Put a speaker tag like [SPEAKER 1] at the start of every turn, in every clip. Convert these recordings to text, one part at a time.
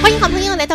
[SPEAKER 1] 欢迎好朋友来到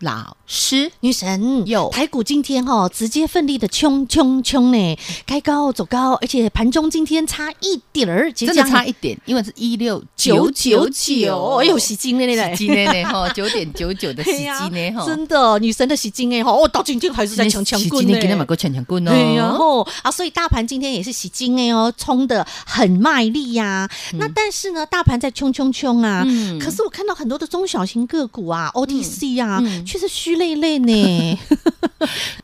[SPEAKER 2] 老师，
[SPEAKER 1] 女神
[SPEAKER 2] 有
[SPEAKER 1] 台股今天哦，直接奋力的冲冲冲呢，开高走高，而且盘中今天差一点儿，即
[SPEAKER 2] 真的差一点，因为是一六九九九，
[SPEAKER 1] 哎呦，喜金嘞嘞
[SPEAKER 2] 喜，金呢呢 哈，九点九九的喜
[SPEAKER 1] 嘿呀
[SPEAKER 2] 金呢哈，
[SPEAKER 1] 真的女神的喜金哎哈，哦，到今天还是在强强棍
[SPEAKER 2] 呢，今天买
[SPEAKER 1] 呢。
[SPEAKER 2] 过强强棍哦，
[SPEAKER 1] 对，然后啊，所以大盘今天也是洗金哎哦，冲的很卖力呀、那但是呢，大盘在冲冲冲啊，
[SPEAKER 2] 嗯
[SPEAKER 1] 可是我看到很多的中小型个股啊，OTC 啊，
[SPEAKER 2] 嗯
[SPEAKER 1] 却是虚累累呢。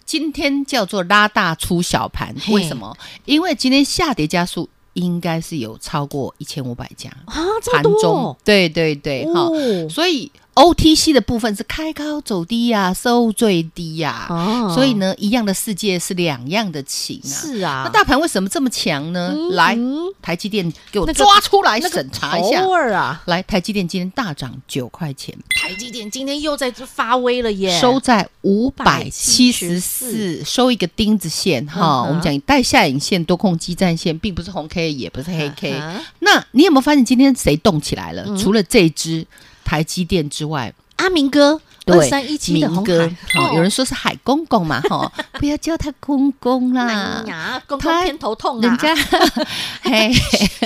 [SPEAKER 2] 今天叫做拉大出小盘，
[SPEAKER 1] 嘿
[SPEAKER 2] 为什么？因为今天下跌加速应该是有超过一千五百家。
[SPEAKER 1] 啊，这么
[SPEAKER 2] 盘
[SPEAKER 1] 多
[SPEAKER 2] 中，哎对对对，哈、
[SPEAKER 1] 哦
[SPEAKER 2] 所以 OTC 的部分是开高走低呀、收最低呀、
[SPEAKER 1] 啊
[SPEAKER 2] 所以呢，一样的世界是两样的情啊。、
[SPEAKER 1] 是啊，
[SPEAKER 2] 那大盘为什么这么强呢？
[SPEAKER 1] 嗯
[SPEAKER 2] 来
[SPEAKER 1] 嗯，
[SPEAKER 2] 台积电给我
[SPEAKER 1] 那个
[SPEAKER 2] 抓出来
[SPEAKER 1] 那个
[SPEAKER 2] 审查一下。
[SPEAKER 1] 头儿啊，
[SPEAKER 2] 来，台积电今天大涨九块钱，
[SPEAKER 1] 台积电今天又在这发威了耶，啊
[SPEAKER 2] 收在五百七十
[SPEAKER 1] 574
[SPEAKER 2] 四，收一个钉子线
[SPEAKER 1] 嗯
[SPEAKER 2] 哈。
[SPEAKER 1] 哼
[SPEAKER 2] 我们讲带下影线、多空基站线，并不是红 K，也不是黑 K。
[SPEAKER 1] 啊
[SPEAKER 2] 那你有没有发现今天谁动起来了？
[SPEAKER 1] 嗯
[SPEAKER 2] 除了这只台积电之外，
[SPEAKER 1] 阿明哥二
[SPEAKER 2] 对
[SPEAKER 1] 三一七的
[SPEAKER 2] 明
[SPEAKER 1] 红
[SPEAKER 2] 哥
[SPEAKER 1] 海，，哦
[SPEAKER 2] 好、有人说是海公公嘛，哈、 不要叫他公公啦
[SPEAKER 1] 哎，呀，公公
[SPEAKER 2] 他
[SPEAKER 1] 偏头痛啊，
[SPEAKER 2] 人家 嘿。。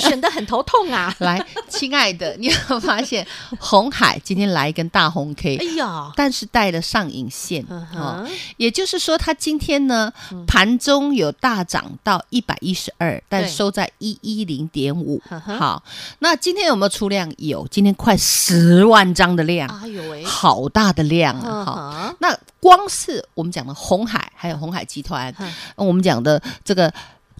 [SPEAKER 1] 选的很头痛啊
[SPEAKER 2] 来，亲爱的， 你有没有发现红海今天来一根大红 K，、
[SPEAKER 1] 哎呀，
[SPEAKER 2] 但是带了上影线
[SPEAKER 1] 嗯
[SPEAKER 2] 哦
[SPEAKER 1] 哼，，嗯
[SPEAKER 2] 也就是说它今天呢盘中有大涨到一百一十二，但
[SPEAKER 1] 对
[SPEAKER 2] 收在一一零点五。
[SPEAKER 1] 嗯哼
[SPEAKER 2] 好，那今天有没有出量？有，今天快十万张的量，
[SPEAKER 1] 哎呦喂，
[SPEAKER 2] 好大的量啊！
[SPEAKER 1] 嗯
[SPEAKER 2] 哈、
[SPEAKER 1] 哼
[SPEAKER 2] 那光是我们讲的红海，还有红海集团，
[SPEAKER 1] 嗯
[SPEAKER 2] 呃我们讲的这个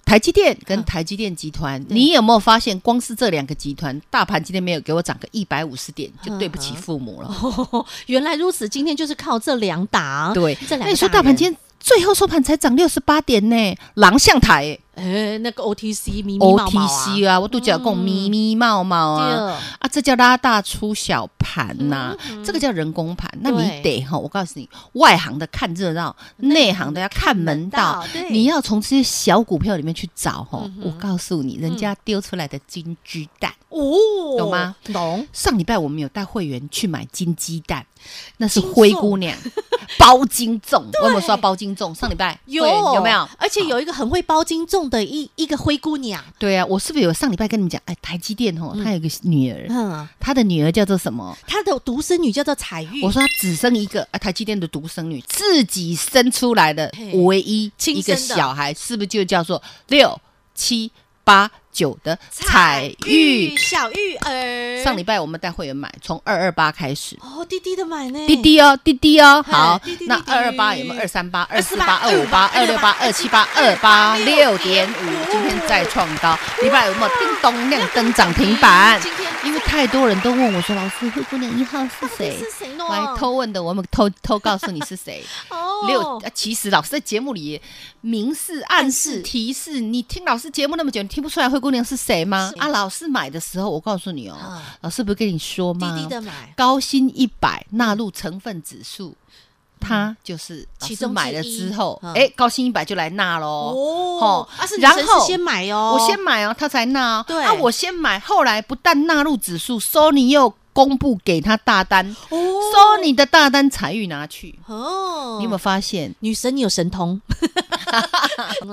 [SPEAKER 2] 台积电跟台积电集团，
[SPEAKER 1] 对
[SPEAKER 2] 你有没有发现，光是这两个集团，大盘今天没有给我涨个一百五十点，就对不起
[SPEAKER 1] 嗯
[SPEAKER 2] 父母了。
[SPEAKER 1] 哦， 原来如此，今天就是靠这两档。
[SPEAKER 2] 对，
[SPEAKER 1] 这两
[SPEAKER 2] 那
[SPEAKER 1] 个
[SPEAKER 2] 你说大盘今天最后收盘才涨六十八点呢，狼向台欸
[SPEAKER 1] 哎，那个
[SPEAKER 2] 哦
[SPEAKER 1] OTC 迷迷毛毛啊
[SPEAKER 2] OTC 啊，我都讲过咪咪冒冒啊。
[SPEAKER 1] 对
[SPEAKER 2] 啊，这叫拉大出小盘呐、
[SPEAKER 1] 嗯嗯
[SPEAKER 2] 这个叫人工盘。那
[SPEAKER 1] 对
[SPEAKER 2] 你得哈，我告诉你，外行的看热闹，内行的要看门道。，
[SPEAKER 1] 对
[SPEAKER 2] 你要从这些小股票里面去找哈、
[SPEAKER 1] 嗯哼
[SPEAKER 2] 我告诉你，人家丢出来的金鸡蛋。
[SPEAKER 1] 哦，
[SPEAKER 2] 懂吗？
[SPEAKER 1] 懂，
[SPEAKER 2] 上礼拜我们有带会员去买金鸡蛋，那是
[SPEAKER 1] 金粽
[SPEAKER 2] 灰姑娘包金 粽。我有没有说包金粽？上礼拜
[SPEAKER 1] 有
[SPEAKER 2] 会员有没有？
[SPEAKER 1] 而且有一个很会包金粽的一一个灰姑娘，
[SPEAKER 2] 对啊，我是不是有上礼拜跟你们讲？哎，台积电哦，
[SPEAKER 1] 嗯
[SPEAKER 2] 她有个女儿，
[SPEAKER 1] 嗯，
[SPEAKER 2] 她的女儿叫做什么？
[SPEAKER 1] 她的独生女叫做彩玉，
[SPEAKER 2] 我说她只生一个，啊，台积电的独生女，自己生出来的
[SPEAKER 1] 嘿
[SPEAKER 2] 唯一
[SPEAKER 1] 亲
[SPEAKER 2] 一个
[SPEAKER 1] 生的
[SPEAKER 2] 小孩，是不是就叫做六七八九的彩玉？
[SPEAKER 1] 小玉儿，
[SPEAKER 2] 上礼拜我们带会员买，从二二八开始，
[SPEAKER 1] 哦，滴滴的买呢，
[SPEAKER 2] 滴滴哦，滴滴哦，好
[SPEAKER 1] 嘿滴滴，
[SPEAKER 2] 那
[SPEAKER 1] 滴滴
[SPEAKER 2] 二二八有没有二三八、二四八、二五
[SPEAKER 1] 248
[SPEAKER 2] 八、二六八、二七八、二八六点五？今天再创高，礼拜有没有叮咚亮灯涨停板？
[SPEAKER 1] 今天
[SPEAKER 2] 因为太多人都问我说，老师灰姑娘一号是谁？
[SPEAKER 1] 是谁呢？
[SPEAKER 2] 来偷问的，我们偷偷告诉你是 谁。
[SPEAKER 1] 哦，
[SPEAKER 2] 六，啊其实老师在节目里也明示、暗示、提示，你听老师节目那么久，你听不出来灰姑娘是谁吗？
[SPEAKER 1] 是
[SPEAKER 2] 啊，老师买的时候，我告诉你哦，
[SPEAKER 1] 啊
[SPEAKER 2] 老师不是跟你说吗？
[SPEAKER 1] 滴滴的买，
[SPEAKER 2] 高薪一百纳入成分指数，它就是
[SPEAKER 1] 嗯
[SPEAKER 2] 老
[SPEAKER 1] 其
[SPEAKER 2] 师
[SPEAKER 1] 中之
[SPEAKER 2] 买了之后
[SPEAKER 1] 一嗯，
[SPEAKER 2] 哎，高薪一百就来纳喽。
[SPEAKER 1] 哦
[SPEAKER 2] 吼，
[SPEAKER 1] 啊是女
[SPEAKER 2] 然
[SPEAKER 1] 神是
[SPEAKER 2] 后
[SPEAKER 1] 先买哦，
[SPEAKER 2] 我先买哦，他才纳哦。
[SPEAKER 1] 对
[SPEAKER 2] 啊，我先买，后来不但纳入指数，索尼又公布给他大单，
[SPEAKER 1] 哦
[SPEAKER 2] 索尼的大单财运拿去。
[SPEAKER 1] 哦，
[SPEAKER 2] 你有没有发现？
[SPEAKER 1] 女神你有神 通，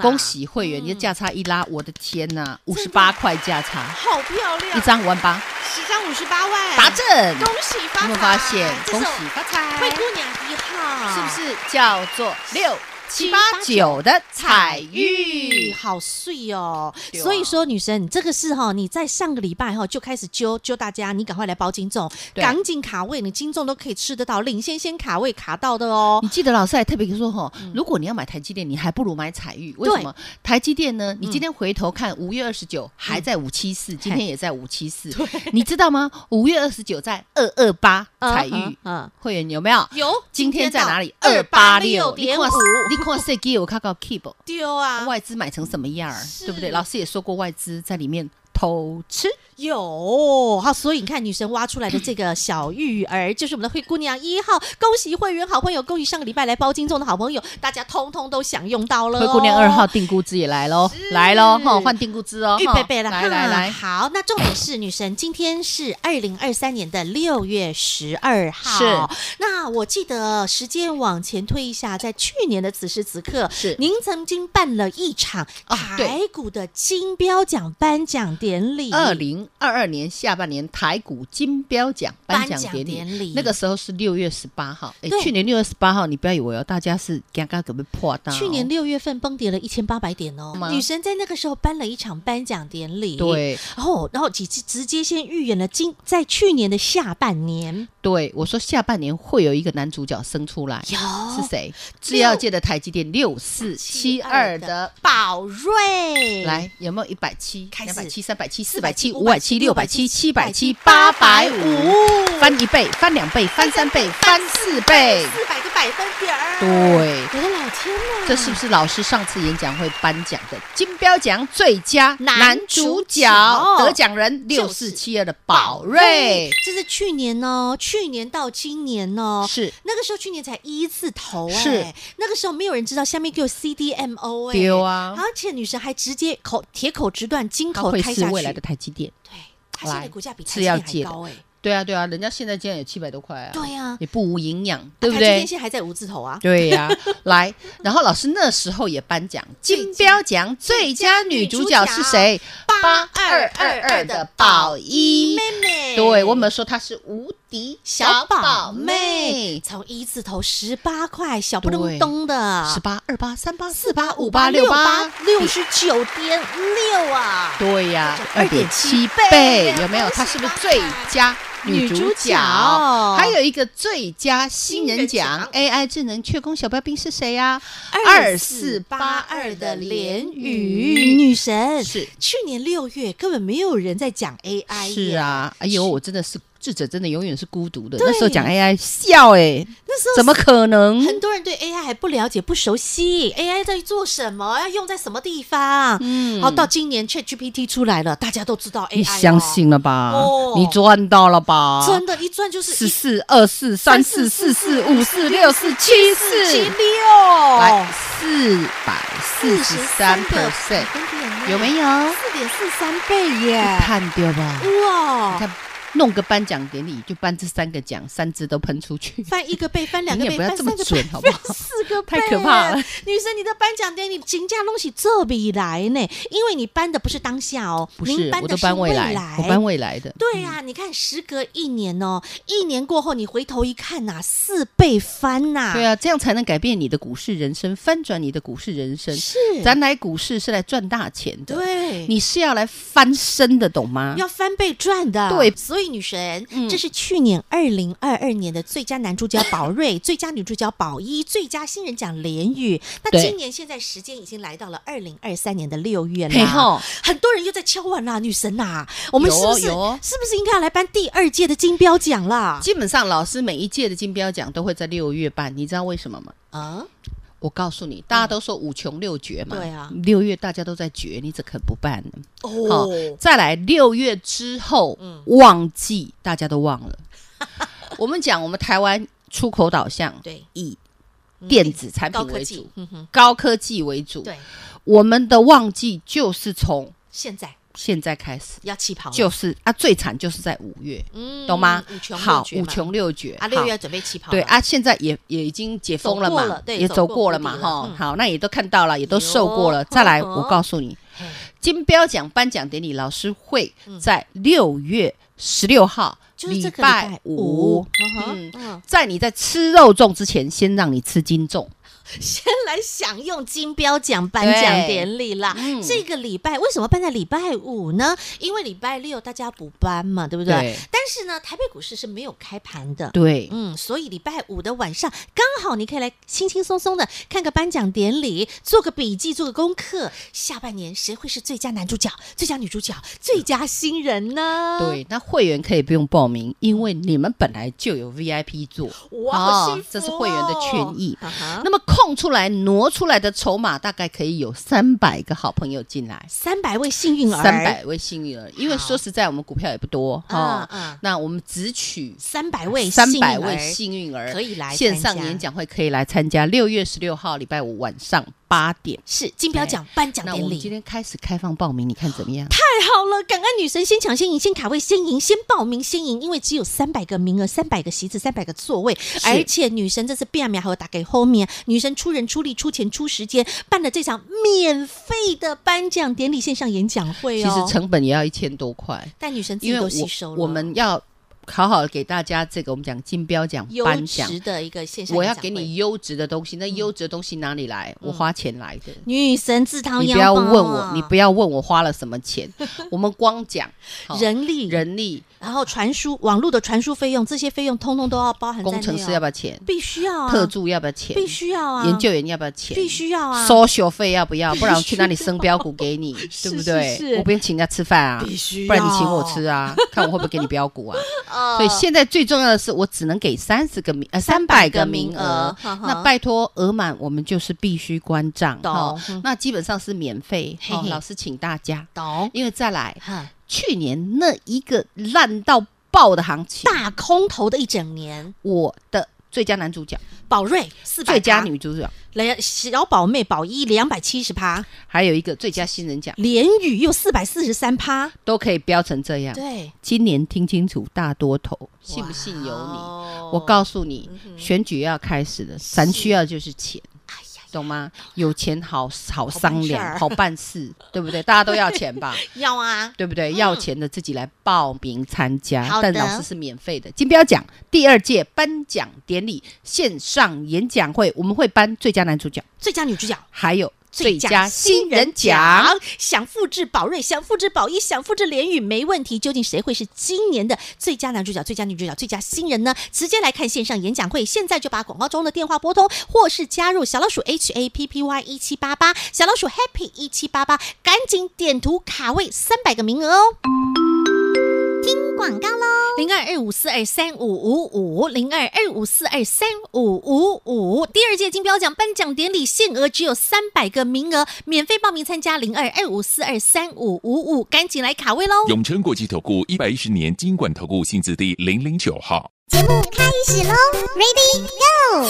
[SPEAKER 2] 恭喜会
[SPEAKER 1] 嗯
[SPEAKER 2] 员，你的价差一拉，我的天呐，五十八块价差，
[SPEAKER 1] 好漂
[SPEAKER 2] 一
[SPEAKER 1] 亮，
[SPEAKER 2] 张五万八，
[SPEAKER 1] 十张五十八万，
[SPEAKER 2] 达阵。
[SPEAKER 1] 恭喜哎发财！
[SPEAKER 2] 有没有发现？
[SPEAKER 1] 这
[SPEAKER 2] 恭
[SPEAKER 1] 是
[SPEAKER 2] 喜发财！
[SPEAKER 1] 灰姑娘一号，
[SPEAKER 2] 是不？是叫做六七八九的彩玉，
[SPEAKER 1] 嗯好碎哦。
[SPEAKER 2] 对啊
[SPEAKER 1] 所以说，女生，你这个是哈，你在上个礼拜哈就开始揪揪大家，你赶快来包金粽，
[SPEAKER 2] 对
[SPEAKER 1] 赶紧卡位，你金粽都可以吃得到，领先先卡位卡到的哦
[SPEAKER 2] 你。记得老师还特别说哈，如果你要买台积电，你还不如买彩玉。为什么？台积电呢？你今天回头看，五月二十九还在五七四，今天也在五七四，你知道吗？五月二十九在二二八彩
[SPEAKER 1] 嗯
[SPEAKER 2] 玉，
[SPEAKER 1] 嗯，
[SPEAKER 2] 会员有没有？
[SPEAKER 1] 有，
[SPEAKER 2] 今天在哪里？
[SPEAKER 1] 二
[SPEAKER 2] 二
[SPEAKER 1] 八
[SPEAKER 2] 八
[SPEAKER 1] 六
[SPEAKER 2] 六
[SPEAKER 1] 点五，
[SPEAKER 2] 你看谁给我看到 keep？
[SPEAKER 1] 丢啊，
[SPEAKER 2] 外资买成什么样儿？对不对？
[SPEAKER 1] 是
[SPEAKER 2] 老师也说过，外资在里面偷吃。
[SPEAKER 1] 有好，所以你看女神挖出来的这个小玉儿，就是我们的灰姑娘一号，恭喜会员好朋友，恭喜上个礼拜来包金粽的好朋友，大家通通都享用到了、
[SPEAKER 2] 灰姑娘二号。定估值也来喽，来喽哈，换定估值哦，
[SPEAKER 1] 预
[SPEAKER 2] 哈
[SPEAKER 1] 备备了，
[SPEAKER 2] 来来
[SPEAKER 1] 哈
[SPEAKER 2] 来，
[SPEAKER 1] 好，那重点是女神，今天是二零二三年的六月十二号。
[SPEAKER 2] 是，
[SPEAKER 1] 那我记得时间往前推一下，在去年的此时此刻，
[SPEAKER 2] 是
[SPEAKER 1] 您曾经办了一场
[SPEAKER 2] 啊对
[SPEAKER 1] 台股的金标奖颁奖典礼，
[SPEAKER 2] 二零二二年下半年台股金标奖颁奖典
[SPEAKER 1] 颁奖典礼
[SPEAKER 2] 礼，那个时候是六月十八号，哎
[SPEAKER 1] 对，
[SPEAKER 2] 去年六月十八号，你不要以为哦，大家是刚刚给被破到哦，
[SPEAKER 1] 去年六月份崩跌了一千八百点哦
[SPEAKER 2] 吗，
[SPEAKER 1] 女神在那个时候颁了一场颁奖典礼，，
[SPEAKER 2] 对
[SPEAKER 1] 然后然后几直直接先预言了今在去年的下半年
[SPEAKER 2] 对，我说下半年会有一个男主角生出来，
[SPEAKER 1] 有
[SPEAKER 2] 是谁？制药界的台积电六四七二的。
[SPEAKER 1] 宝瑞，
[SPEAKER 2] 来，有没有一百七、
[SPEAKER 1] 开始
[SPEAKER 2] 两百七、三百七、四百七、
[SPEAKER 1] 470
[SPEAKER 2] 五百七、六百七、七百七、八百五？
[SPEAKER 1] 850
[SPEAKER 2] 翻一倍、翻两倍、翻三倍、翻四倍。
[SPEAKER 1] 四百个百分点儿，
[SPEAKER 2] 对，
[SPEAKER 1] 我的老天呐，
[SPEAKER 2] 这是不是老师上次演讲会颁奖的金标奖最佳男主角
[SPEAKER 1] 男主角
[SPEAKER 2] 得奖人六四七二的宝瑞？，
[SPEAKER 1] 这是去年哦，去年到今年哦，
[SPEAKER 2] 是
[SPEAKER 1] 那个时候去年才一字头哎、
[SPEAKER 2] 是
[SPEAKER 1] 那个时候没有人知道下面给我 CDMO 哎、
[SPEAKER 2] 丢啊
[SPEAKER 1] 而且女神还直接口铁口直断，金
[SPEAKER 2] 他
[SPEAKER 1] 口
[SPEAKER 2] 会
[SPEAKER 1] 开
[SPEAKER 2] 是
[SPEAKER 1] 下去，
[SPEAKER 2] 未来的台积电。
[SPEAKER 1] 对，它现在
[SPEAKER 2] 来
[SPEAKER 1] 股价比台积
[SPEAKER 2] 是要
[SPEAKER 1] 电还
[SPEAKER 2] 借的
[SPEAKER 1] 高哎、
[SPEAKER 2] 对啊，对啊，人家现在竟然有七百多块啊！
[SPEAKER 1] 对啊，
[SPEAKER 2] 也不无营养，对不
[SPEAKER 1] 台积电
[SPEAKER 2] 对？
[SPEAKER 1] 现在还在五字头啊，
[SPEAKER 2] 对呀、来，然后老师那时候也颁奖，金标奖最佳女主角是谁？8222的宝一
[SPEAKER 1] 妹妹，
[SPEAKER 2] 对我们说她是无敌
[SPEAKER 1] 小
[SPEAKER 2] 小
[SPEAKER 1] 宝
[SPEAKER 2] 宝
[SPEAKER 1] 妹
[SPEAKER 2] 妹，
[SPEAKER 1] 从一字头十八块，小不
[SPEAKER 2] 对
[SPEAKER 1] 隆咚的，
[SPEAKER 2] 十八、二八、三八、
[SPEAKER 1] 四
[SPEAKER 2] 四
[SPEAKER 1] 八
[SPEAKER 2] 八、
[SPEAKER 1] 五
[SPEAKER 2] 五
[SPEAKER 1] 八
[SPEAKER 2] 八、
[SPEAKER 1] 六
[SPEAKER 2] 六
[SPEAKER 1] 八
[SPEAKER 2] 八、
[SPEAKER 1] 六十九点六啊！
[SPEAKER 2] 对呀、
[SPEAKER 1] 这
[SPEAKER 2] 二
[SPEAKER 1] 是
[SPEAKER 2] 点
[SPEAKER 1] 2.7
[SPEAKER 2] 七
[SPEAKER 1] 倍
[SPEAKER 2] 倍，有没有？她是不是最佳女
[SPEAKER 1] 女主
[SPEAKER 2] 主
[SPEAKER 1] 角
[SPEAKER 2] 角？还有一个最佳新人奖
[SPEAKER 1] 新
[SPEAKER 2] ，AI 智能雀工小标兵是谁啊呀、
[SPEAKER 1] 2482的连雨女神
[SPEAKER 2] 是
[SPEAKER 1] 去年六月根本没有人在讲 AI，
[SPEAKER 2] 是
[SPEAKER 1] 耶，
[SPEAKER 2] 啊，哎呦，我真的是智者，真的永远是孤独的。
[SPEAKER 1] 对
[SPEAKER 2] 那时候讲 AI 笑哎、
[SPEAKER 1] 那时候
[SPEAKER 2] 怎么可能？
[SPEAKER 1] 很多人对 AI 还不了解、不熟悉，AI 在做什么，要用在什么地方？嗯，好，到今年 ChatGPT 出来了，大家都知道 AI，
[SPEAKER 2] 你
[SPEAKER 1] 了
[SPEAKER 2] 相信了吧？
[SPEAKER 1] 哦
[SPEAKER 2] 你哎赚到了吧？
[SPEAKER 1] 真的，一转就是
[SPEAKER 2] 十
[SPEAKER 1] 一
[SPEAKER 2] 四、二四、三四、四四、五四、六四、七
[SPEAKER 1] 七
[SPEAKER 2] 四，
[SPEAKER 1] 六
[SPEAKER 2] 来，四百四十三 percent，有没有？
[SPEAKER 1] 四点四三倍耶？
[SPEAKER 2] 看对吧？你
[SPEAKER 1] 哇！
[SPEAKER 2] 看，弄个颁奖典礼就颁这三个奖，三只都喷出 去。
[SPEAKER 1] 翻一个倍，翻两个
[SPEAKER 2] 你
[SPEAKER 1] 倍，
[SPEAKER 2] 也不要
[SPEAKER 1] 翻
[SPEAKER 2] 这
[SPEAKER 1] 三
[SPEAKER 2] 么
[SPEAKER 1] 个倍
[SPEAKER 2] 准，好不好
[SPEAKER 1] 翻四个倍，
[SPEAKER 2] 太可怕了。
[SPEAKER 1] 女生，你的颁奖典礼评价东西这笔来呢？因为你颁的不是当下哦，
[SPEAKER 2] 不
[SPEAKER 1] 您
[SPEAKER 2] 是，
[SPEAKER 1] 颁
[SPEAKER 2] 我
[SPEAKER 1] 的
[SPEAKER 2] 都
[SPEAKER 1] 是
[SPEAKER 2] 搬
[SPEAKER 1] 未
[SPEAKER 2] 未来，我搬未来的。
[SPEAKER 1] 对呀、你看，时隔一年哦，一年过后你回头一看呐、四倍翻呐、
[SPEAKER 2] 对啊，这样才能改变你的股市人生，翻转你的股市人生。
[SPEAKER 1] 是，
[SPEAKER 2] 咱来股市是来赚大钱的，
[SPEAKER 1] 对，
[SPEAKER 2] 你是要来翻身的，懂吗？
[SPEAKER 1] 要翻倍赚的。
[SPEAKER 2] 对嗯
[SPEAKER 1] 所以女神，这是去年二零二二年的最佳男主角宝 瑞，最佳女主角宝一，最佳新人奖连雨。那
[SPEAKER 2] 对
[SPEAKER 1] 今年现在时间已经来到了二零二三年的六月
[SPEAKER 2] 嘿
[SPEAKER 1] 了。
[SPEAKER 2] 吼，
[SPEAKER 1] 很多人又在敲碗啦，女神呐、我们
[SPEAKER 2] 有
[SPEAKER 1] 是
[SPEAKER 2] 哦
[SPEAKER 1] 不是
[SPEAKER 2] 有哦
[SPEAKER 1] 是不是应该要来颁第二届的金标奖啦？
[SPEAKER 2] 基本上老师每一届的金标奖都会在六月办，你知道为什么吗？
[SPEAKER 1] 啊，
[SPEAKER 2] 我告诉你，大家都说五穷六绝嘛，
[SPEAKER 1] 对啊
[SPEAKER 2] 六月大家都在绝，你怎可不办呢？好、
[SPEAKER 1] 哦，
[SPEAKER 2] 再来六月之后，
[SPEAKER 1] 嗯
[SPEAKER 2] 旺季大家都忘 了。我们讲我们台湾出口导向，
[SPEAKER 1] 对，
[SPEAKER 2] 以
[SPEAKER 1] 嗯
[SPEAKER 2] 电子产
[SPEAKER 1] 高
[SPEAKER 2] 品
[SPEAKER 1] 科
[SPEAKER 2] 为
[SPEAKER 1] 技
[SPEAKER 2] 主，，
[SPEAKER 1] 嗯哼，
[SPEAKER 2] 高科技为主。
[SPEAKER 1] 对，
[SPEAKER 2] 我们的旺季就是从
[SPEAKER 1] 现在
[SPEAKER 2] 现在开始，
[SPEAKER 1] 要起跑了，
[SPEAKER 2] 就是啊，最惨就是在五月，
[SPEAKER 1] 哦嗯
[SPEAKER 2] 懂吗
[SPEAKER 1] 五？穷
[SPEAKER 2] 好，
[SPEAKER 1] 绝
[SPEAKER 2] 五
[SPEAKER 1] 嘛
[SPEAKER 2] 穷六绝，
[SPEAKER 1] 啊，六
[SPEAKER 2] 好
[SPEAKER 1] 月准备起跑了，
[SPEAKER 2] 对啊，现在也也已经解封了
[SPEAKER 1] 走
[SPEAKER 2] 嘛，
[SPEAKER 1] 过了对
[SPEAKER 2] 也
[SPEAKER 1] 走
[SPEAKER 2] 走
[SPEAKER 1] 过
[SPEAKER 2] 过了
[SPEAKER 1] 谷
[SPEAKER 2] 嘛，
[SPEAKER 1] 底了
[SPEAKER 2] 哈、
[SPEAKER 1] 嗯
[SPEAKER 2] 好，那也都看到了，也都受过
[SPEAKER 1] 有
[SPEAKER 2] 了。再来，
[SPEAKER 1] 嗯
[SPEAKER 2] 我告诉你，金标奖颁奖典礼老师会在六月十六号，
[SPEAKER 1] 嗯就是这个
[SPEAKER 2] 拜
[SPEAKER 1] 五，嗯
[SPEAKER 2] 嗯
[SPEAKER 1] 哼嗯
[SPEAKER 2] 在你在吃肉粽之前，先让你吃金粽。
[SPEAKER 1] 先来享用金标奖颁奖典礼啦。
[SPEAKER 2] 嗯
[SPEAKER 1] 这个礼拜为什么办在礼拜五呢？因为礼拜六大家补班嘛，对不对？
[SPEAKER 2] 对
[SPEAKER 1] 但是呢，台北股市是没有开盘的。
[SPEAKER 2] 对，
[SPEAKER 1] 嗯，所以礼拜五的晚上，刚好你可以来轻轻松松的看个颁奖典礼，做个笔记，做个功课。下半年谁会是最佳男主角、最佳女主角、最佳新人呢？，
[SPEAKER 2] 对，那会员可以不用报名，因为你们本来就有 VIP 座，
[SPEAKER 1] 哇，好
[SPEAKER 2] 哦
[SPEAKER 1] 幸福
[SPEAKER 2] 这是会员的权益
[SPEAKER 1] 哦。哈
[SPEAKER 2] 那么空出来挪出来的筹码大概可以有三百个好朋友进来，
[SPEAKER 1] 三百位幸运儿，
[SPEAKER 2] 三百位幸运儿，因为
[SPEAKER 1] 好
[SPEAKER 2] 说实在，我们股票也不多
[SPEAKER 1] 啊
[SPEAKER 2] 哦，
[SPEAKER 1] 啊，
[SPEAKER 2] 那我们只取
[SPEAKER 1] 三百位
[SPEAKER 2] 三
[SPEAKER 1] 幸运
[SPEAKER 2] 百
[SPEAKER 1] 儿
[SPEAKER 2] 位幸运儿
[SPEAKER 1] 可以来
[SPEAKER 2] 线
[SPEAKER 1] 参
[SPEAKER 2] 上
[SPEAKER 1] 加
[SPEAKER 2] 演讲会可以来参加，六月十六号礼拜五晚上八点。
[SPEAKER 1] 是金标奖颁奖
[SPEAKER 2] 那
[SPEAKER 1] 典
[SPEAKER 2] 我们今
[SPEAKER 1] 礼。
[SPEAKER 2] 天开始开放报名，你看怎么样？
[SPEAKER 1] 太哦好了，感恩女神先抢先赢，先卡位先赢，先报名先赢，因为只有三百个名额、三百个席次、三百个座位，而且女神这次变秒还有打给后面，女神出人出力出钱出时间办了这场免费的颁奖典礼线上演讲会
[SPEAKER 2] 其
[SPEAKER 1] 哦。
[SPEAKER 2] 实成本也要一千多块，
[SPEAKER 1] 但女神自己
[SPEAKER 2] 因为
[SPEAKER 1] 都吸收
[SPEAKER 2] 我
[SPEAKER 1] 了，
[SPEAKER 2] 我们要好好给大家这个我们讲金标奖
[SPEAKER 1] 优
[SPEAKER 2] 颁奖。
[SPEAKER 1] 质的一个线上
[SPEAKER 2] 我
[SPEAKER 1] 演
[SPEAKER 2] 要
[SPEAKER 1] 讲
[SPEAKER 2] 给
[SPEAKER 1] 会。嗯
[SPEAKER 2] 你优质的东西，那优质的东西哪里来？我花钱来的。
[SPEAKER 1] 女神自掏
[SPEAKER 2] 你
[SPEAKER 1] 腰
[SPEAKER 2] 不要
[SPEAKER 1] 包
[SPEAKER 2] 问我
[SPEAKER 1] 啊，
[SPEAKER 2] 你不要问我花了什么 钱，我们光讲好
[SPEAKER 1] 人力
[SPEAKER 2] 人力
[SPEAKER 1] 然后传输网络的传输费用，这些费用通通都要包含在内、哦。
[SPEAKER 2] 工程师要不要钱？
[SPEAKER 1] 必须要啊，
[SPEAKER 2] 特助要不要钱？
[SPEAKER 1] 必须要啊，
[SPEAKER 2] 研究员要不要钱？
[SPEAKER 1] 必须要啊，
[SPEAKER 2] 收学费要不要？不然我去哪里生标股给你，
[SPEAKER 1] 是
[SPEAKER 2] 对不对
[SPEAKER 1] 是是？
[SPEAKER 2] 我不用请人家吃饭啊，
[SPEAKER 1] 必须
[SPEAKER 2] 不然你请我吃
[SPEAKER 1] 要
[SPEAKER 2] 啊，看我会不会给你标股啊？
[SPEAKER 1] 呃
[SPEAKER 2] 所以现在最重要的是，我只能给三十个名呃三
[SPEAKER 1] 300
[SPEAKER 2] 百
[SPEAKER 1] 个
[SPEAKER 2] 个
[SPEAKER 1] 名
[SPEAKER 2] 名
[SPEAKER 1] 额
[SPEAKER 2] 额。
[SPEAKER 1] 哈哈
[SPEAKER 2] 那拜托额满，我们就是必须关账。
[SPEAKER 1] 懂
[SPEAKER 2] 哦
[SPEAKER 1] 嗯
[SPEAKER 2] 那基本上是免费。
[SPEAKER 1] 嘿
[SPEAKER 2] 哦
[SPEAKER 1] 嘿
[SPEAKER 2] 老师请大家，
[SPEAKER 1] 懂
[SPEAKER 2] 因为再来
[SPEAKER 1] 哈，
[SPEAKER 2] 去年那一个烂到爆的行情，
[SPEAKER 1] 大空头的一整年，
[SPEAKER 2] 我的最佳男主角、
[SPEAKER 1] 宝瑞四百，
[SPEAKER 2] 最佳女主角，
[SPEAKER 1] 来小宝妹宝一两百七十趴，
[SPEAKER 2] 还有一个最佳新人奖，
[SPEAKER 1] 连雨又四百四十三趴，
[SPEAKER 2] 都可以标成这样。
[SPEAKER 1] 对，
[SPEAKER 2] 今年听清楚，大多头，信不信由你。
[SPEAKER 1] 你
[SPEAKER 2] 我告诉你
[SPEAKER 1] 嗯，哼
[SPEAKER 2] 选举要开始了，咱需要就是钱。
[SPEAKER 1] 哎呀，
[SPEAKER 2] 懂吗？有钱好好
[SPEAKER 1] 办
[SPEAKER 2] 商
[SPEAKER 1] 事
[SPEAKER 2] 量，
[SPEAKER 1] 儿
[SPEAKER 2] 好办事， 对不对？大家都要钱吧，
[SPEAKER 1] 要啊，
[SPEAKER 2] 对不对？要钱的自己来报名参加
[SPEAKER 1] 好，
[SPEAKER 2] 但
[SPEAKER 1] 的
[SPEAKER 2] 老师是免费的。金标奖第二届颁奖典礼线上演讲会，我们会颁最佳男主角，
[SPEAKER 1] 最佳女主角。
[SPEAKER 2] 还有最佳
[SPEAKER 1] 佳
[SPEAKER 2] 新人奖。，
[SPEAKER 1] 想复制宝瑞，想复制宝一，想复制联宇，没问题。究竟谁会是今年的最佳男主角、最佳女主角、最佳新人呢？直接来看线上演讲会，现在就把广告中的电话拨通，或是加入小老鼠 H A P P Y 一七八八，小老鼠 Happy 一七八八，赶紧点图卡位三百个名额哦。听广告喽，零二二五四二三五五五，零二二五四二三五五五。第二届金标奖颁奖典礼限额只有三百个名额，免费报名参加，零二二五四二三五五五，赶紧来卡位喽！
[SPEAKER 3] 永诚国际投顾一百一十年金管投顾性质第零零九号。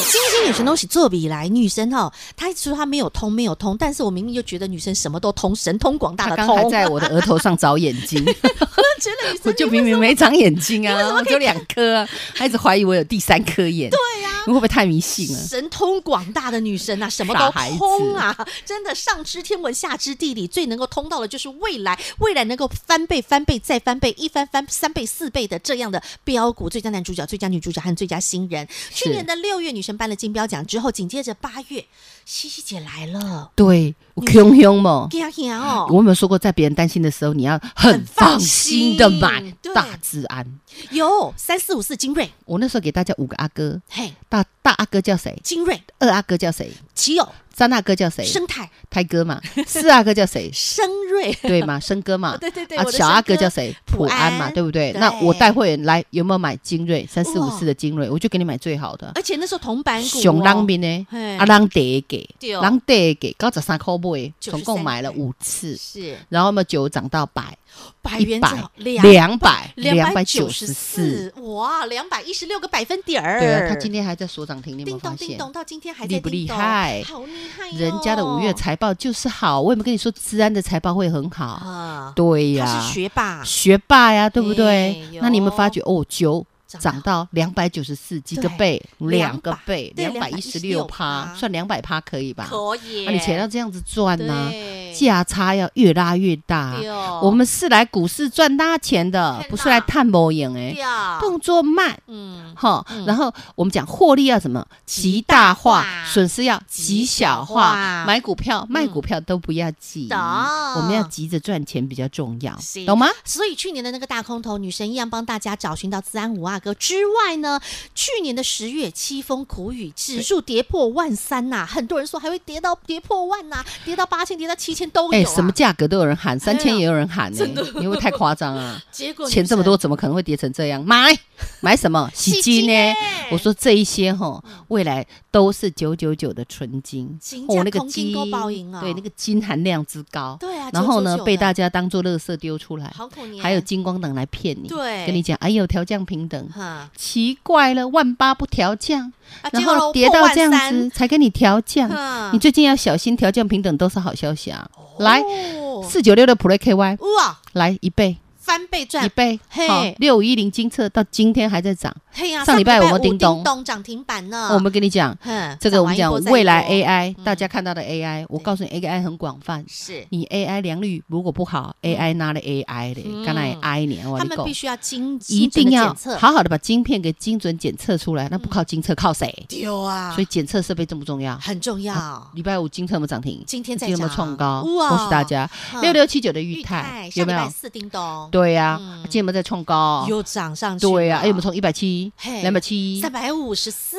[SPEAKER 1] 星星女神都是做比来女神哦，她说她没有通，没有通，但是我明明就觉得女神什么都通，神通广大
[SPEAKER 2] 他
[SPEAKER 1] 的
[SPEAKER 2] 刚
[SPEAKER 1] 通，
[SPEAKER 2] 才在我的额头上找眼 睛，
[SPEAKER 1] 觉得女神
[SPEAKER 2] 我就明明没长眼睛啊，我只有两颗啊，他一直怀疑我有第三颗眼。对
[SPEAKER 1] 啊
[SPEAKER 2] 呀，会不会太迷信了？
[SPEAKER 1] 神通广大的女神啊，什么
[SPEAKER 2] 傻
[SPEAKER 1] 都
[SPEAKER 2] 孩子
[SPEAKER 1] 通啊，真的上知天文下知地理，最能够通到的就是未来，未来能够翻倍、翻倍再翻倍，一翻翻三倍、四倍的这样的标股，最佳男主角、最佳女主角和最佳新人。去年的六月，女神颁了金标奖之后，紧接着八月，西西姐来了，
[SPEAKER 2] 对，我凶凶嘛。
[SPEAKER 1] 惊吓哦，
[SPEAKER 2] 我有没有说过，在别人担心的时候，你要
[SPEAKER 1] 很
[SPEAKER 2] 很
[SPEAKER 1] 放
[SPEAKER 2] 放心的
[SPEAKER 1] 心
[SPEAKER 2] 买
[SPEAKER 1] 对
[SPEAKER 2] 大自安？
[SPEAKER 1] 有三四五四精锐，
[SPEAKER 2] 我那时候给大家五个阿哥，
[SPEAKER 1] 嘿，
[SPEAKER 2] 大大阿哥叫谁？
[SPEAKER 1] 精锐、
[SPEAKER 2] 二阿哥叫谁？
[SPEAKER 1] 奇友、
[SPEAKER 2] 三阿哥叫谁？
[SPEAKER 1] 生态、？
[SPEAKER 2] 台哥嘛。四阿哥叫谁
[SPEAKER 1] 生锐，
[SPEAKER 2] 对嘛，生哥嘛。
[SPEAKER 1] 对对对，
[SPEAKER 2] 啊
[SPEAKER 1] 我，的
[SPEAKER 2] 小
[SPEAKER 1] 生
[SPEAKER 2] 阿哥叫谁？
[SPEAKER 1] 普
[SPEAKER 2] 普安嘛，
[SPEAKER 1] 安
[SPEAKER 2] 对不对？
[SPEAKER 1] 对
[SPEAKER 2] 那我带会员来，有没有买精锐三四五
[SPEAKER 1] 哇
[SPEAKER 2] 四的精锐？我就给你买最好的，
[SPEAKER 1] 而且那时候铜板股、哦，
[SPEAKER 2] 熊当兵呢
[SPEAKER 1] 嘿，
[SPEAKER 2] 啊，当得给，
[SPEAKER 1] 对哦
[SPEAKER 2] 当得给，高十三块买，
[SPEAKER 1] 93
[SPEAKER 2] 总共买了五次，
[SPEAKER 1] 是
[SPEAKER 2] 然后嘛，九涨到百，
[SPEAKER 1] 百
[SPEAKER 2] 一
[SPEAKER 1] 元
[SPEAKER 2] 百
[SPEAKER 1] 之后，
[SPEAKER 2] 两百，
[SPEAKER 1] 两
[SPEAKER 2] 两
[SPEAKER 1] 百
[SPEAKER 2] 百
[SPEAKER 1] 九
[SPEAKER 2] 九
[SPEAKER 1] 十
[SPEAKER 2] 十四。
[SPEAKER 1] 四，哇，两百一十六个百分点儿。
[SPEAKER 2] 对啊，他今天还在所涨停，你有没有
[SPEAKER 1] 叮
[SPEAKER 2] 发
[SPEAKER 1] 咚叮
[SPEAKER 2] 现？
[SPEAKER 1] 咚到今天还在
[SPEAKER 2] 厉不
[SPEAKER 1] 叮
[SPEAKER 2] 厉
[SPEAKER 1] 咚
[SPEAKER 2] 害
[SPEAKER 1] 好厉害、哦！
[SPEAKER 2] 人家的五月财报就是好，我有没有跟你说，治安的财报会很好？
[SPEAKER 1] 啊，
[SPEAKER 2] 对呀、
[SPEAKER 1] 他是学霸，
[SPEAKER 2] 学霸呀，对不对
[SPEAKER 1] 啊哎？
[SPEAKER 2] 那你们
[SPEAKER 1] 有
[SPEAKER 2] 发觉哦，九
[SPEAKER 1] 涨
[SPEAKER 2] 涨到两百九十四，几个
[SPEAKER 1] 对
[SPEAKER 2] 倍？
[SPEAKER 1] 两
[SPEAKER 2] 两个
[SPEAKER 1] 百
[SPEAKER 2] 倍，
[SPEAKER 1] 对
[SPEAKER 2] 两百一十
[SPEAKER 1] 216
[SPEAKER 2] 六
[SPEAKER 1] 趴
[SPEAKER 2] 趴，算两百趴可以吧？
[SPEAKER 1] 可以、
[SPEAKER 2] 啊，你钱要这样子赚呐、
[SPEAKER 1] 对对
[SPEAKER 2] 价差要越拉越大。
[SPEAKER 1] 对哦
[SPEAKER 2] 我们是来股市赚大钱的，不是来探某眼哎
[SPEAKER 1] 对，啊，
[SPEAKER 2] 动作慢。
[SPEAKER 1] 嗯，
[SPEAKER 2] 哈，
[SPEAKER 1] 嗯
[SPEAKER 2] 然后我们讲获利要怎么极大化
[SPEAKER 1] 极大化，
[SPEAKER 2] 损失要
[SPEAKER 1] 极
[SPEAKER 2] 极小
[SPEAKER 1] 小化嗯
[SPEAKER 2] 化，买股票、卖股票都不要急，
[SPEAKER 1] 懂
[SPEAKER 2] 我们要急着赚钱比较重要
[SPEAKER 1] 是，
[SPEAKER 2] 懂吗？
[SPEAKER 1] 所以去年的那个大空头，女神一样帮大家找寻到资安五阿哥之外呢，去年的十月凄风苦雨，指数跌破万三呐、很多人说还会跌到跌破万呐、跌到八千，跌到七千都有、
[SPEAKER 2] 哎，
[SPEAKER 1] 啊。
[SPEAKER 2] 什么？价格都有人喊，
[SPEAKER 1] 哎呀
[SPEAKER 2] 三千也有人喊呢，你会不会太夸 张啊？
[SPEAKER 1] 结果女
[SPEAKER 2] 钱这么
[SPEAKER 1] 神
[SPEAKER 2] 多，，怎么可能会跌成这样？买 买什么洗
[SPEAKER 1] 洗
[SPEAKER 2] 金
[SPEAKER 1] 金哎
[SPEAKER 2] 呢
[SPEAKER 1] 耶？
[SPEAKER 2] 我说这一些哈，未来都是九九九的纯金
[SPEAKER 1] 金，价
[SPEAKER 2] 哦，那个
[SPEAKER 1] 同金
[SPEAKER 2] 金
[SPEAKER 1] 勾报应啊
[SPEAKER 2] 对，那个金含量之高，
[SPEAKER 1] 对啊，
[SPEAKER 2] 然后呢
[SPEAKER 1] 999
[SPEAKER 2] 被
[SPEAKER 1] 的
[SPEAKER 2] 大家当做垃圾丢出来，
[SPEAKER 1] 好可怜，
[SPEAKER 2] 还有金光党来骗你，
[SPEAKER 1] 对啊
[SPEAKER 2] 跟你讲，哎呦调降平等，
[SPEAKER 1] 哈，
[SPEAKER 2] 奇怪了，万八不调降，
[SPEAKER 1] 啊
[SPEAKER 2] 然
[SPEAKER 1] 结果呢
[SPEAKER 2] 后跌
[SPEAKER 1] 破
[SPEAKER 2] 到
[SPEAKER 1] 万
[SPEAKER 2] 这样
[SPEAKER 1] 三
[SPEAKER 2] 子才跟你调降，
[SPEAKER 1] 哈
[SPEAKER 2] 你最近要小心调降平等都是好消息啊！来
[SPEAKER 1] 哦
[SPEAKER 2] 四九六的普瑞 KY
[SPEAKER 1] 哇，
[SPEAKER 2] 来一倍。
[SPEAKER 1] 翻倍
[SPEAKER 2] 一
[SPEAKER 1] 赚，
[SPEAKER 2] 倍，
[SPEAKER 1] 嘿
[SPEAKER 2] 好，六五一零金策到今天还在涨。
[SPEAKER 1] 嘿呀、
[SPEAKER 2] 上礼拜我们
[SPEAKER 1] 五
[SPEAKER 2] 叮咚
[SPEAKER 1] 咚涨停板呢，
[SPEAKER 2] 我们跟你讲，
[SPEAKER 1] 哼
[SPEAKER 2] 这个
[SPEAKER 1] 涨
[SPEAKER 2] 我
[SPEAKER 1] 完
[SPEAKER 2] 们
[SPEAKER 1] 一
[SPEAKER 2] 讲
[SPEAKER 1] 波嗯再一
[SPEAKER 2] 未来
[SPEAKER 1] 波
[SPEAKER 2] AI，
[SPEAKER 1] 嗯
[SPEAKER 2] 大家看到的 AI，我告诉你，AI 很广泛。
[SPEAKER 1] 是
[SPEAKER 2] 你 AI 良率如果不好，AI 拿了 AI
[SPEAKER 1] 嗯
[SPEAKER 2] 的，刚才 I 年我
[SPEAKER 1] 他
[SPEAKER 2] 跟你
[SPEAKER 1] 们
[SPEAKER 2] 讲
[SPEAKER 1] 必，须要精
[SPEAKER 2] 一
[SPEAKER 1] 精准
[SPEAKER 2] 定
[SPEAKER 1] 地
[SPEAKER 2] 要
[SPEAKER 1] 检测
[SPEAKER 2] 好好的把晶片给精准检测出来，那不靠金策靠谁？
[SPEAKER 1] 丢啊，
[SPEAKER 2] 所以检测设备重不重要？
[SPEAKER 1] 很重要。
[SPEAKER 2] 礼拜五金策有没有涨停？
[SPEAKER 1] 今天在
[SPEAKER 2] 有没有
[SPEAKER 1] 涨
[SPEAKER 2] 创高？
[SPEAKER 1] 哇
[SPEAKER 2] 恭喜大家！
[SPEAKER 1] 哼
[SPEAKER 2] 六六七九的裕
[SPEAKER 1] 裕
[SPEAKER 2] 泰
[SPEAKER 1] 泰上
[SPEAKER 2] 有没
[SPEAKER 1] 礼拜
[SPEAKER 2] 有？
[SPEAKER 1] 四叮咚，
[SPEAKER 2] 对呀
[SPEAKER 1] 嗯，
[SPEAKER 2] 今天有没有在创高？
[SPEAKER 1] 又涨上去了，
[SPEAKER 2] 对呀，哎，我们从一百七
[SPEAKER 1] 嘿、
[SPEAKER 2] 两百七、
[SPEAKER 1] 三百五十四，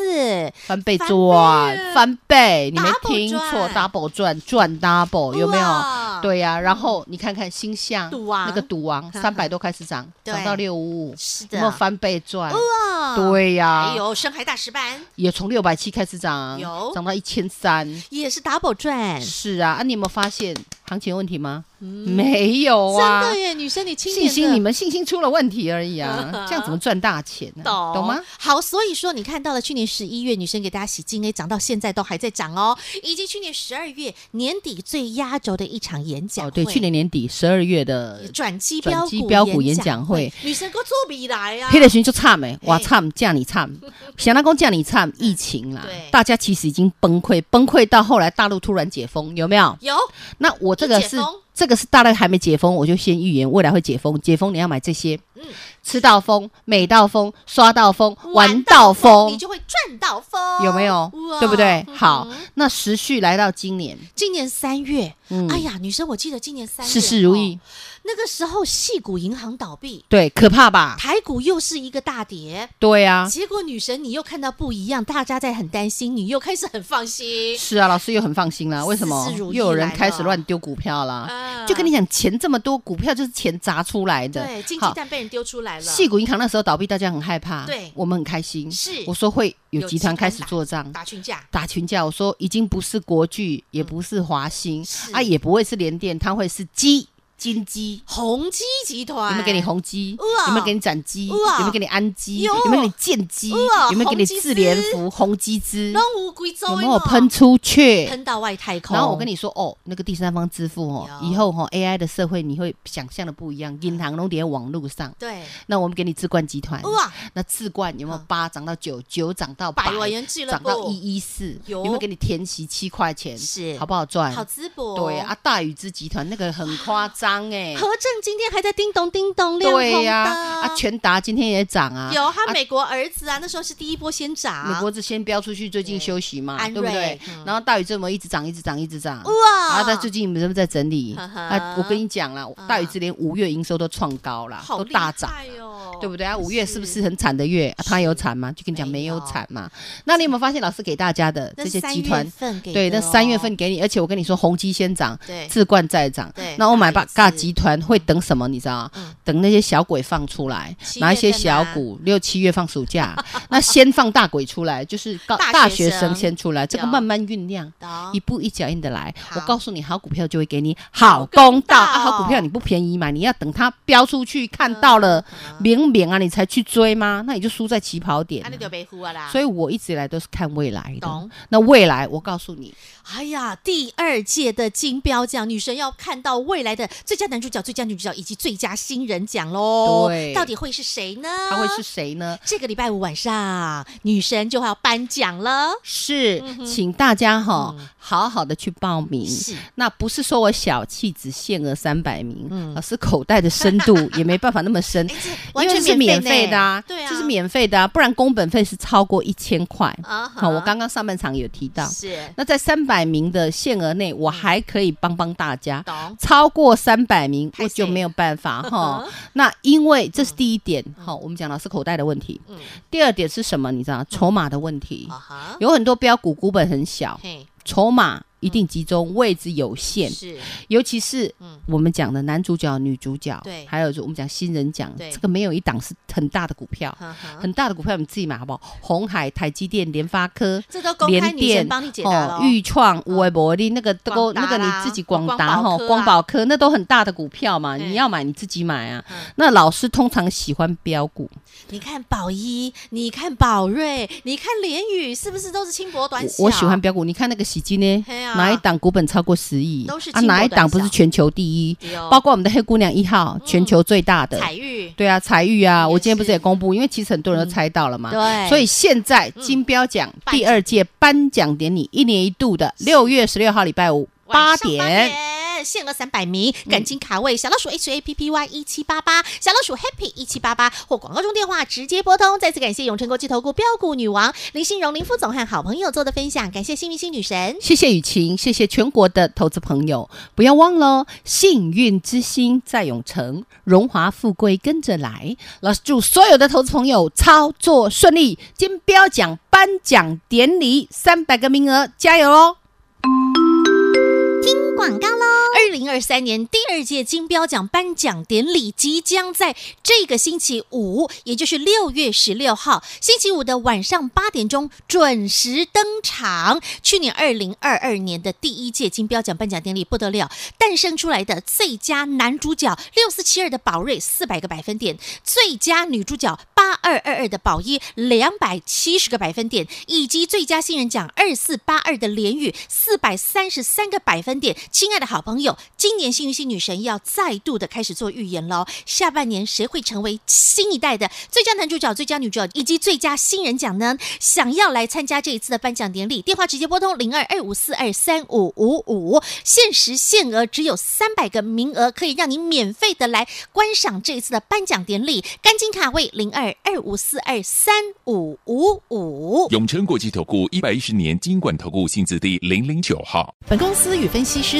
[SPEAKER 2] 翻倍
[SPEAKER 1] 翻倍
[SPEAKER 2] 赚，翻倍，你没
[SPEAKER 1] Double
[SPEAKER 2] 听错
[SPEAKER 1] 赚
[SPEAKER 2] ，double 赚，赚 double 有没有？
[SPEAKER 1] 哇，
[SPEAKER 2] 对呀、然后你看看星象
[SPEAKER 1] 赌王
[SPEAKER 2] 那个 赌王
[SPEAKER 1] 呵呵
[SPEAKER 2] 三百多开始涨，
[SPEAKER 1] 对
[SPEAKER 2] 涨到六五五，
[SPEAKER 1] 是
[SPEAKER 2] 有
[SPEAKER 1] 的，
[SPEAKER 2] 没有翻倍赚？
[SPEAKER 1] 哇，
[SPEAKER 2] 对呀、
[SPEAKER 1] 还有深海大石板
[SPEAKER 2] 也从六百七开始涨
[SPEAKER 1] 有，
[SPEAKER 2] 涨到一千三。
[SPEAKER 1] 也是 double 赚，
[SPEAKER 2] 是啊，啊，你有没有发现行情有问题吗？没有
[SPEAKER 1] 嗯真
[SPEAKER 2] 啊
[SPEAKER 1] 的，耶，女生你亲
[SPEAKER 2] 信
[SPEAKER 1] 眼
[SPEAKER 2] 心
[SPEAKER 1] 的
[SPEAKER 2] 你们信心出了问题而 已啊，这样怎么赚大钱呢、
[SPEAKER 1] 懂
[SPEAKER 2] 懂吗？？
[SPEAKER 1] 好，所以说你看到了去年十一月女生给大家洗金 A 涨到现在都还在涨哦，以及去年十二月年底最压轴的一场演讲会、
[SPEAKER 2] 哦，对，去年年底十二月的
[SPEAKER 1] 转机
[SPEAKER 2] 转
[SPEAKER 1] 标
[SPEAKER 2] 机标股演
[SPEAKER 1] 讲
[SPEAKER 2] 讲会，
[SPEAKER 1] 女生给我做笔来啊！
[SPEAKER 2] 黑的群就惨哎，哇
[SPEAKER 1] 嘿
[SPEAKER 2] 惨，叫你惨，想到公叫你惨，疫情啦
[SPEAKER 1] 对，
[SPEAKER 2] 大家其实已经崩溃，崩溃到后来大陆突然解封，有没有？
[SPEAKER 1] 有
[SPEAKER 2] 那我这个
[SPEAKER 1] 嗯一解
[SPEAKER 2] 是
[SPEAKER 1] 封
[SPEAKER 2] 这个是大陆还没解封，我就先预言未来会解封，解封你要买这些，
[SPEAKER 1] 嗯
[SPEAKER 2] 吃到疯，美到疯，刷到疯，玩到
[SPEAKER 1] 你
[SPEAKER 2] 疯。
[SPEAKER 1] 就会赚到风，
[SPEAKER 2] 有没有
[SPEAKER 1] 哇？
[SPEAKER 2] 对不对？
[SPEAKER 1] 嗯
[SPEAKER 2] 好，那持续来到今年，
[SPEAKER 1] 今年三月，
[SPEAKER 2] 嗯
[SPEAKER 1] 哎呀，女生我记得今年三月
[SPEAKER 2] 事事如意
[SPEAKER 1] 哦，那个时候戏股银行倒闭，
[SPEAKER 2] 对，可怕吧？
[SPEAKER 1] 台股又是一个大跌。
[SPEAKER 2] 对啊，
[SPEAKER 1] 结果女神，你又看到不一样，大家在很担心，你又开始很放心。
[SPEAKER 2] 是啊，老师又很放心啦。为什么
[SPEAKER 1] 事事？如
[SPEAKER 2] 又
[SPEAKER 1] 意
[SPEAKER 2] 有人
[SPEAKER 1] 来
[SPEAKER 2] 开始
[SPEAKER 1] 了
[SPEAKER 2] 乱丢股票啦？
[SPEAKER 1] 啊
[SPEAKER 2] 就跟你讲，钱这么多，股票就是钱砸出来的。
[SPEAKER 1] 对，金鸡
[SPEAKER 2] 好
[SPEAKER 1] 蛋被人丢出来了，
[SPEAKER 2] 细谷银行那时候倒闭，大家很害怕，
[SPEAKER 1] 对
[SPEAKER 2] 我们很开心。
[SPEAKER 1] 是
[SPEAKER 2] 我说会有集团开
[SPEAKER 1] 有集
[SPEAKER 2] 始
[SPEAKER 1] 团
[SPEAKER 2] 做账。
[SPEAKER 1] 打群架，
[SPEAKER 2] 打群架，我说已经不是国巨，也不是华兴，
[SPEAKER 1] 是
[SPEAKER 2] 啊，也不会是联电，它会是鸡金鸡，
[SPEAKER 1] 宏基集团
[SPEAKER 2] 有没有给你宏基？
[SPEAKER 1] 哇
[SPEAKER 2] 有没有给你展基？有
[SPEAKER 1] 哇
[SPEAKER 2] 没有给你安基？
[SPEAKER 1] 有
[SPEAKER 2] 有没有给你建基？
[SPEAKER 1] 哇
[SPEAKER 2] 有没有给
[SPEAKER 1] 宏
[SPEAKER 2] 你
[SPEAKER 1] 基资
[SPEAKER 2] 智联福、宏基资？
[SPEAKER 1] 拢有贵州
[SPEAKER 2] 有没有喷出去？
[SPEAKER 1] 哦喷到外太空？
[SPEAKER 2] 然后我跟你说，哦，那个第三方支付哦，
[SPEAKER 1] 有
[SPEAKER 2] 以后哈、哦、AI 的社会，你会想象的不一样，银行拢连网络上。
[SPEAKER 1] 对，
[SPEAKER 2] 那我们给你智冠集团，
[SPEAKER 1] 哇，嗯
[SPEAKER 2] 那智冠有没有八涨到九，九涨到
[SPEAKER 1] 百
[SPEAKER 2] 百，
[SPEAKER 1] 万元俱乐
[SPEAKER 2] 涨到
[SPEAKER 1] 部
[SPEAKER 2] 一一四，
[SPEAKER 1] 有
[SPEAKER 2] 有没有给你填息七块钱？
[SPEAKER 1] 是
[SPEAKER 2] 好不好赚？
[SPEAKER 1] 好滋补，
[SPEAKER 2] 对啊，，大禹之集团那个很夸张哎，
[SPEAKER 1] 何正今天还在叮咚叮咚亮
[SPEAKER 2] 对
[SPEAKER 1] 红灯
[SPEAKER 2] 呀，啊，全达今天也涨啊，
[SPEAKER 1] 有他美国儿子啊，那时候是第一波先涨，
[SPEAKER 2] 美国之先标出去，最近
[SPEAKER 1] 对
[SPEAKER 2] 休息嘛，
[SPEAKER 1] 安
[SPEAKER 2] 对不对
[SPEAKER 1] 瑞嗯？
[SPEAKER 2] 然后大禹这么一直涨，一直涨，一直涨，
[SPEAKER 1] 哇，
[SPEAKER 2] 啊，在最近你们是不是在整理？
[SPEAKER 1] 呵呵
[SPEAKER 2] 啊，我跟你讲啦，大禹之连五月营收都创高啦，
[SPEAKER 1] 好
[SPEAKER 2] 都
[SPEAKER 1] 厉
[SPEAKER 2] 大涨。
[SPEAKER 1] 害哦，
[SPEAKER 2] 对不对啊？五月是不是很惨的月？啊、它有惨吗？就跟你讲
[SPEAKER 1] 没
[SPEAKER 2] 没
[SPEAKER 1] 有
[SPEAKER 2] 有惨嘛。那你有没有发现老师给大家的
[SPEAKER 1] 那
[SPEAKER 2] 这些
[SPEAKER 1] 三
[SPEAKER 2] 集
[SPEAKER 1] 月
[SPEAKER 2] 团？
[SPEAKER 1] 份给
[SPEAKER 2] 对，
[SPEAKER 1] 的
[SPEAKER 2] 那
[SPEAKER 1] 哦
[SPEAKER 2] 三月份给你，而且我跟你说，宏基先涨，
[SPEAKER 1] 对
[SPEAKER 2] 智冠再涨
[SPEAKER 1] 对，
[SPEAKER 2] 那我买
[SPEAKER 1] 大
[SPEAKER 2] 吧
[SPEAKER 1] 力，士
[SPEAKER 2] 尬集团会等什么？你知道吗
[SPEAKER 1] 嗯？
[SPEAKER 2] 等那些小鬼放出来
[SPEAKER 1] 七，
[SPEAKER 2] 哪一
[SPEAKER 1] 月
[SPEAKER 2] 些
[SPEAKER 1] 份
[SPEAKER 2] 小
[SPEAKER 1] 啊
[SPEAKER 2] 股六七月放暑假， 那先放大鬼出来，就是高
[SPEAKER 1] 大
[SPEAKER 2] 大
[SPEAKER 1] 学
[SPEAKER 2] 学生
[SPEAKER 1] 生
[SPEAKER 2] 先出来，这个
[SPEAKER 1] 有
[SPEAKER 2] 慢慢酝酿。
[SPEAKER 1] 懂
[SPEAKER 2] 一步一脚印的来。我
[SPEAKER 1] 啊好
[SPEAKER 2] 告诉你，好股票就会给你
[SPEAKER 1] 好
[SPEAKER 2] 好
[SPEAKER 1] 公
[SPEAKER 2] 公道
[SPEAKER 1] 道
[SPEAKER 2] 啊！好股票你不便宜买，你要等它飙出去，看到了
[SPEAKER 1] 嗯
[SPEAKER 2] 明共勉啊，你才去追吗？那你就输在起跑点、
[SPEAKER 1] 啊，那就
[SPEAKER 2] 啊。
[SPEAKER 1] 被呼啊啦。
[SPEAKER 2] 所以我一直以来都是看未来的
[SPEAKER 1] 懂。
[SPEAKER 2] 那未来，我告诉你，
[SPEAKER 1] 哎呀，第二届的金标奖，女神要看到未来的最佳男主角、最佳女主角以及最佳新人奖喽。
[SPEAKER 2] 对
[SPEAKER 1] 到底会是谁呢？
[SPEAKER 2] 他会是谁呢？
[SPEAKER 1] 这个礼拜五晚上，女神就要颁奖了。
[SPEAKER 2] 是，请大家哈
[SPEAKER 1] 嗯
[SPEAKER 2] 好好的去报名。
[SPEAKER 1] 是
[SPEAKER 2] 那不是说我小气只限额三百名，而是口袋的深 度也没办法那么深，
[SPEAKER 1] 嗯哎完
[SPEAKER 2] 因为
[SPEAKER 1] 全
[SPEAKER 2] 这是免费
[SPEAKER 1] 呢
[SPEAKER 2] 的啊，
[SPEAKER 1] 对啊，
[SPEAKER 2] 这是免费的啊，不然工本费是超过一千块。
[SPEAKER 1] 啊哈。
[SPEAKER 2] 好，我刚刚上半场有提到，
[SPEAKER 1] 是
[SPEAKER 2] 那在三百名的限额内，我还可以帮帮大家。
[SPEAKER 1] 懂
[SPEAKER 2] 超过三百名
[SPEAKER 1] 拍
[SPEAKER 2] 我就
[SPEAKER 1] 谁
[SPEAKER 2] 没有办 法哈。那因为这是第一点哈，我们讲老师口袋的问题。
[SPEAKER 1] 嗯
[SPEAKER 2] 第二点是什么？你知道筹码的问题
[SPEAKER 1] 啊，哈，
[SPEAKER 2] 有很多标股股本很小，
[SPEAKER 1] 嘿
[SPEAKER 2] 筹码一定集中，位置有限，
[SPEAKER 1] 嗯是
[SPEAKER 2] 尤其是
[SPEAKER 1] 嗯
[SPEAKER 2] 我们讲的男主角、女主角，
[SPEAKER 1] 对
[SPEAKER 2] 还有就我们讲新人奖，
[SPEAKER 1] 对嗯
[SPEAKER 2] 这个没有一档是很大的股票，
[SPEAKER 1] 哈哈，
[SPEAKER 2] 很大的股票你自己买好不好？红海、台积电、联发科。
[SPEAKER 1] 这都公开
[SPEAKER 2] 联
[SPEAKER 1] 女
[SPEAKER 2] 电
[SPEAKER 1] 神帮你解答了，。
[SPEAKER 2] 哦豫创、五维博利那个都
[SPEAKER 1] 广达
[SPEAKER 2] 那个你
[SPEAKER 1] 啦
[SPEAKER 2] 自己
[SPEAKER 1] 光
[SPEAKER 2] 广达
[SPEAKER 1] 宝
[SPEAKER 2] 哈
[SPEAKER 1] 科啊
[SPEAKER 2] 光宝科那都很大的股票嘛，
[SPEAKER 1] 对
[SPEAKER 2] 你要买你自己买啊
[SPEAKER 1] 嗯。
[SPEAKER 2] 那老师通常喜欢标股，
[SPEAKER 1] 你看宝一，你看宝瑞，你看连宇，是不是哎都是轻薄短小？
[SPEAKER 2] 我我喜欢标股。你看那个喜金呢
[SPEAKER 1] 嘿啊，
[SPEAKER 2] 哪一档股本超过十亿
[SPEAKER 1] 都是？
[SPEAKER 2] 啊，
[SPEAKER 1] 轻薄
[SPEAKER 2] 哪一档不
[SPEAKER 1] 短
[SPEAKER 2] 是
[SPEAKER 1] 小
[SPEAKER 2] 全球第一？
[SPEAKER 1] 对哦
[SPEAKER 2] 包括我们的黑姑娘一号，全球最大的。
[SPEAKER 1] 彩玉，
[SPEAKER 2] 对啊，财玉啊，
[SPEAKER 1] 也
[SPEAKER 2] 我今天不
[SPEAKER 1] 是嗯
[SPEAKER 2] 是也公布，因为其实很多人都猜到了嘛。
[SPEAKER 1] 对
[SPEAKER 2] 所以现在金标奖
[SPEAKER 1] 颁
[SPEAKER 2] 第二届颁奖典礼，一年一度的六月十六号礼拜五八
[SPEAKER 1] 晚上
[SPEAKER 2] 点。嗯
[SPEAKER 1] 点限额三百名，赶紧卡位！小老鼠 H A P P Y 一七八八，小老鼠 Happy 一七八八或广告中电话直接拨通。再次感谢永诚国际投顾标股女王林信荣林副总和好朋友做的分享，感谢幸运星女神。
[SPEAKER 2] 谢谢雨晴，谢谢全国的投资朋友，不要忘了哦，幸运之星在永城，荣华富贵跟着来。老师祝所有的投资朋友操作顺利，金标奖颁奖典礼三百个名额，加油哦！
[SPEAKER 1] 广告喽！二零二三年第二届金标奖颁奖典礼即将在这个星期五，也就是六月十六号星期五的晚上八点钟准时登场。去年二零二二年的第一届金标奖颁奖典礼不得了，诞生出来的最佳男主角六四七二的宝瑞四百个百分点，最佳女主角八二二二的宝一两百七十个百分点，以及最佳新人奖二四八二的连宇四百三十三个百分点。亲爱的好朋友，今年幸运星女神要再度的开始做预言喽。下半年谁会成为新一代的最佳男主角、最佳女主角以及最佳新人奖呢？想要来参加这一次的颁奖典礼，电话直接拨通零二二五四二三五五五，限时限额只有三百个名额，可以让你免费的来观赏这一次的颁奖典礼。赶紧卡位零二二五四二三五五五。
[SPEAKER 3] 永诚国际投顾一百一十年金管投顾性质第零零九号。
[SPEAKER 4] 本公司与分析师